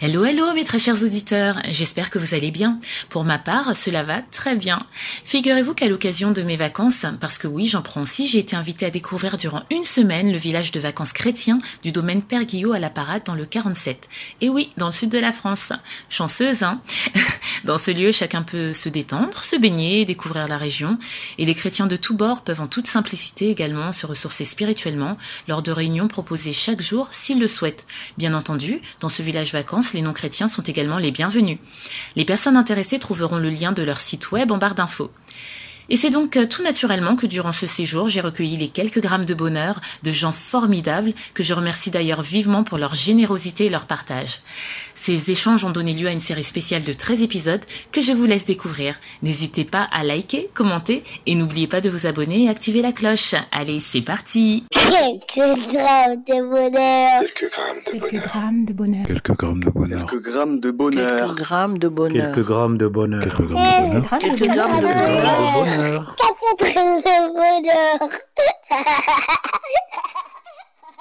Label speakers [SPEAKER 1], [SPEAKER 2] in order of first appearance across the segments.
[SPEAKER 1] Hello, hello, mes très chers auditeurs. J'espère que vous allez bien. Pour ma part, cela va très bien. Figurez-vous qu'à l'occasion de mes vacances, parce que oui, j'en prends aussi, j'ai été invitée à découvrir durant une semaine le village de vacances chrétien du domaine Père Guillot à la Parade dans le 47. Et oui, dans le sud de la France. Chanceuse, hein? Dans ce lieu, chacun peut se détendre, se baigner, découvrir la région. Et les chrétiens de tous bords peuvent en toute simplicité également se ressourcer spirituellement lors de réunions proposées chaque jour s'ils le souhaitent. Bien entendu, dans ce village vacances, les non-chrétiens sont également les bienvenus. Les personnes intéressées trouveront le lien de leur site web en barre d'infos. Et c'est donc euh, tout naturellement que durant ce séjour, j'ai recueilli les quelques grammes de bonheur de gens formidables que je remercie d'ailleurs vivement pour leur générosité et leur partage. Ces échanges ont donné lieu à une série spéciale de 13 épisodes que je vous laisse découvrir. N'hésitez pas à liker, commenter et n'oubliez pas de vous abonner et activer la cloche. Allez, c'est parti
[SPEAKER 2] Quelques grammes de bonheur.
[SPEAKER 3] Quelques grammes de
[SPEAKER 4] Quelques
[SPEAKER 3] bonheur.
[SPEAKER 4] grammes de bonheur.
[SPEAKER 5] Quelques grammes de bonheur.
[SPEAKER 6] Quelques grammes de
[SPEAKER 7] Quelques
[SPEAKER 6] bonheur.
[SPEAKER 7] grammes de bonheur.
[SPEAKER 8] Quelques grammes de bonheur.
[SPEAKER 5] Quelques grammes de bonheur.
[SPEAKER 7] Quelques grammes de bonheur.
[SPEAKER 8] bonheur.
[SPEAKER 2] Quatre grammes de bonheur.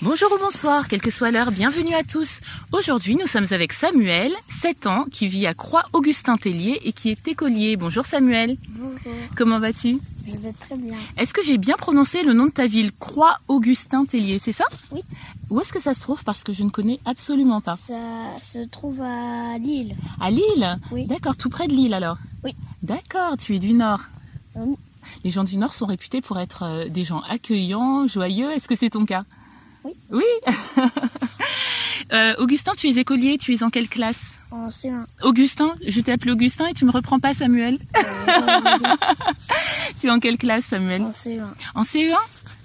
[SPEAKER 1] Bonjour ou bonsoir, quelle que soit l'heure, bienvenue à tous. Aujourd'hui, nous sommes avec Samuel, 7 ans, qui vit à Croix-Augustin-Tellier et qui est écolier. Bonjour Samuel.
[SPEAKER 9] Bonjour,
[SPEAKER 1] Comment vas-tu
[SPEAKER 9] je vais très bien.
[SPEAKER 1] Est-ce que j'ai bien prononcé le nom de ta ville Croix-Augustin-Tellier, c'est ça
[SPEAKER 9] Oui.
[SPEAKER 1] Où est-ce que ça se trouve Parce que je ne connais absolument pas.
[SPEAKER 9] Ça se trouve à Lille.
[SPEAKER 1] À Lille
[SPEAKER 9] Oui.
[SPEAKER 1] D'accord, tout près de Lille alors
[SPEAKER 9] Oui. Euh,
[SPEAKER 1] D'accord, tu es du Nord.
[SPEAKER 9] Oui.
[SPEAKER 1] Les gens du Nord sont réputés pour être euh, des gens accueillants, joyeux. Est-ce que c'est ton cas
[SPEAKER 9] Oui.
[SPEAKER 1] Oui Euh, Augustin, tu es écolier, tu es en quelle classe
[SPEAKER 9] En C1.
[SPEAKER 1] Augustin, je t'ai appelé Augustin et tu me reprends pas Samuel.
[SPEAKER 9] en
[SPEAKER 1] Tu es en quelle classe Samuel
[SPEAKER 9] C1.
[SPEAKER 1] En CE1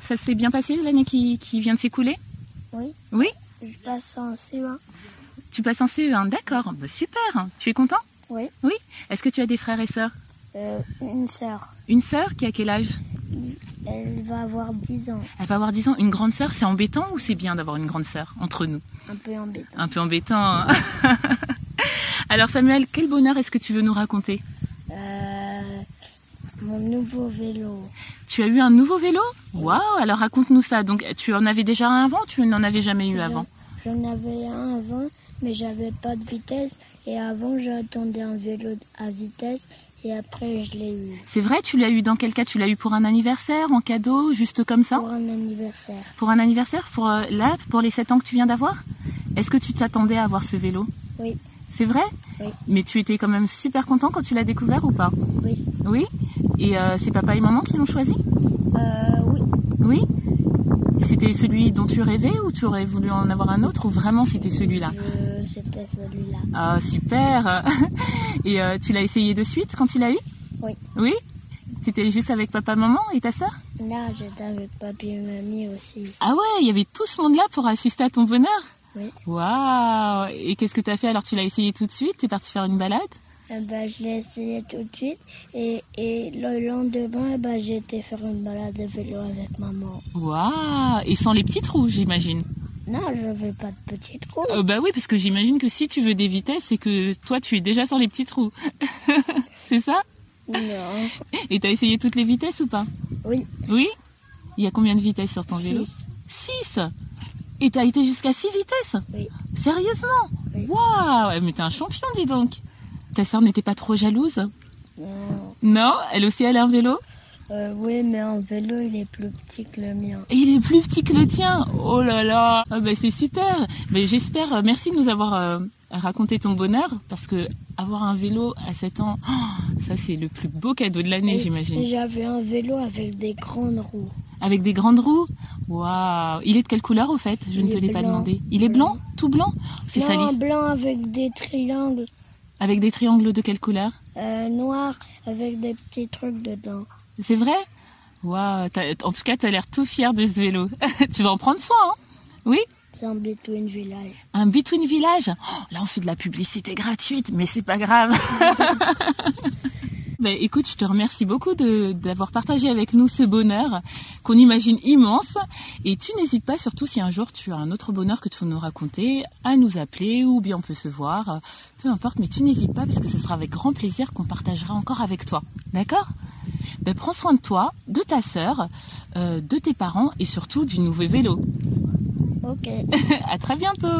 [SPEAKER 1] Ça s'est bien passé l'année qui, qui vient de s'écouler
[SPEAKER 9] Oui.
[SPEAKER 1] Oui.
[SPEAKER 9] Je passe en C1.
[SPEAKER 1] Tu passes en CE1, d'accord. Bah, super. Tu es content
[SPEAKER 9] Oui.
[SPEAKER 1] Oui. Est-ce que tu as des frères et sœurs
[SPEAKER 9] Euh, une sœur.
[SPEAKER 1] Une sœur qui a quel âge
[SPEAKER 9] Elle va avoir 10 ans.
[SPEAKER 1] Elle va avoir 10 ans. Une grande sœur, c'est embêtant ou c'est bien d'avoir une grande sœur entre nous
[SPEAKER 9] Un peu embêtant.
[SPEAKER 1] Un peu embêtant. hein Alors Samuel, quel bonheur est-ce que tu veux nous raconter
[SPEAKER 9] Euh, mon nouveau vélo.
[SPEAKER 1] Tu as eu un nouveau vélo Waouh Alors raconte-nous ça. Donc tu en avais déjà un avant ou tu n'en avais jamais eu avant
[SPEAKER 9] J'en avais un avant, mais j'avais pas de vitesse. Et avant, j'attendais un vélo à vitesse. Et après, je l'ai eu.
[SPEAKER 1] C'est vrai, tu l'as eu dans quel cas Tu l'as eu pour un anniversaire, en cadeau, juste comme ça
[SPEAKER 9] Pour un anniversaire.
[SPEAKER 1] Pour un anniversaire Pour euh, là, pour les 7 ans que tu viens d'avoir Est-ce que tu t'attendais à avoir ce vélo
[SPEAKER 9] Oui.
[SPEAKER 1] C'est vrai
[SPEAKER 9] Oui.
[SPEAKER 1] Mais tu étais quand même super content quand tu l'as découvert ou pas
[SPEAKER 9] Oui.
[SPEAKER 1] Oui Et euh, c'est papa et maman qui l'ont choisi
[SPEAKER 9] Euh, oui.
[SPEAKER 1] Oui C'était celui dont tu rêvais ou tu aurais voulu en avoir un autre ou vraiment c'était
[SPEAKER 9] Ah.
[SPEAKER 1] celui-là
[SPEAKER 9] Je- C'était Euh, celui-là.
[SPEAKER 1] Ah super Et euh, tu l'as essayé de suite quand tu l'as eu
[SPEAKER 9] Oui.
[SPEAKER 1] Oui C'était juste avec papa, maman et ta sœur
[SPEAKER 9] Là, j'étais avec papy et mamie aussi.
[SPEAKER 1] Ah ouais, il y avait tout ce monde-là pour assister à ton bonheur
[SPEAKER 9] Oui.
[SPEAKER 1] Waouh Et qu'est-ce que t'as fait alors Tu l'as essayé tout de suite T'es parti faire une balade
[SPEAKER 9] Eh ben, je l'ai essayé tout de suite et, et le lendemain, eh ben, j'ai été faire une balade de vélo avec maman.
[SPEAKER 1] Waouh Et sans les petits trous, j'imagine
[SPEAKER 9] Non, je veux pas de petite roue.
[SPEAKER 1] Euh, Bah oui, parce que j'imagine que si tu veux des vitesses, c'est que toi, tu es déjà sans les petits trous. c'est ça
[SPEAKER 9] Non.
[SPEAKER 1] Et t'as essayé toutes les vitesses ou pas
[SPEAKER 9] Oui.
[SPEAKER 1] Oui Il y a combien de vitesses sur ton vélo
[SPEAKER 9] Six.
[SPEAKER 1] 6 Et t'as été jusqu'à 6 vitesses
[SPEAKER 9] Oui.
[SPEAKER 1] Sérieusement
[SPEAKER 9] Oui.
[SPEAKER 1] Waouh Eh, Mais t'es un champion, dis donc Ta sœur n'était pas trop jalouse
[SPEAKER 9] Non.
[SPEAKER 1] Non Elle aussi, elle a un vélo
[SPEAKER 9] Euh, oui, mais en vélo, il est plus petit que le mien.
[SPEAKER 1] Et il est plus petit que le tien. Oh là là. Ah bah c'est super. Mais j'espère. euh, Merci de nous avoir euh, raconté ton bonheur parce que avoir un vélo à 7 ans, oh, ça c'est le plus beau cadeau de l'année,
[SPEAKER 9] Et- et
[SPEAKER 1] j'imagine.
[SPEAKER 9] J'avais un vélo avec des grandes roues.
[SPEAKER 1] Avec des grandes roues. Waouh. Il est de quelle couleur au fait Je
[SPEAKER 9] Il
[SPEAKER 1] ne te
[SPEAKER 9] est
[SPEAKER 1] l'ai pas
[SPEAKER 9] blanc.
[SPEAKER 1] demandé. Il est blanc, tout blanc. C'est
[SPEAKER 9] Non,
[SPEAKER 1] ça
[SPEAKER 9] un
[SPEAKER 1] lisse.
[SPEAKER 9] blanc avec des triangles
[SPEAKER 1] Avec des triangles de quelle couleur
[SPEAKER 9] euh, noirs avec des petits trucs dedans.
[SPEAKER 1] C'est vrai Waouh. t'as- En tout cas, t'as l'air tout fier de ce vélo. tu vas en prendre soin. Hein oui.
[SPEAKER 9] C'est un Between Village.
[SPEAKER 1] Un Between Village Oh, Là, on fait de la publicité gratuite, mais c'est pas grave. Ben, écoute, je te remercie beaucoup de- d'avoir partagé avec nous ce bonheur qu'on imagine immense. Et tu n'hésites pas, surtout si un jour tu as un autre bonheur que tu veux nous raconter, à nous appeler ou bien on peut se voir. Peu importe, mais tu n'hésites pas parce que ce sera avec grand plaisir qu'on partagera encore avec toi. D'accord ben, Prends soin de toi, de ta sœur, euh, de tes parents et surtout du nouveau vélo.
[SPEAKER 9] Ok.
[SPEAKER 1] à très bientôt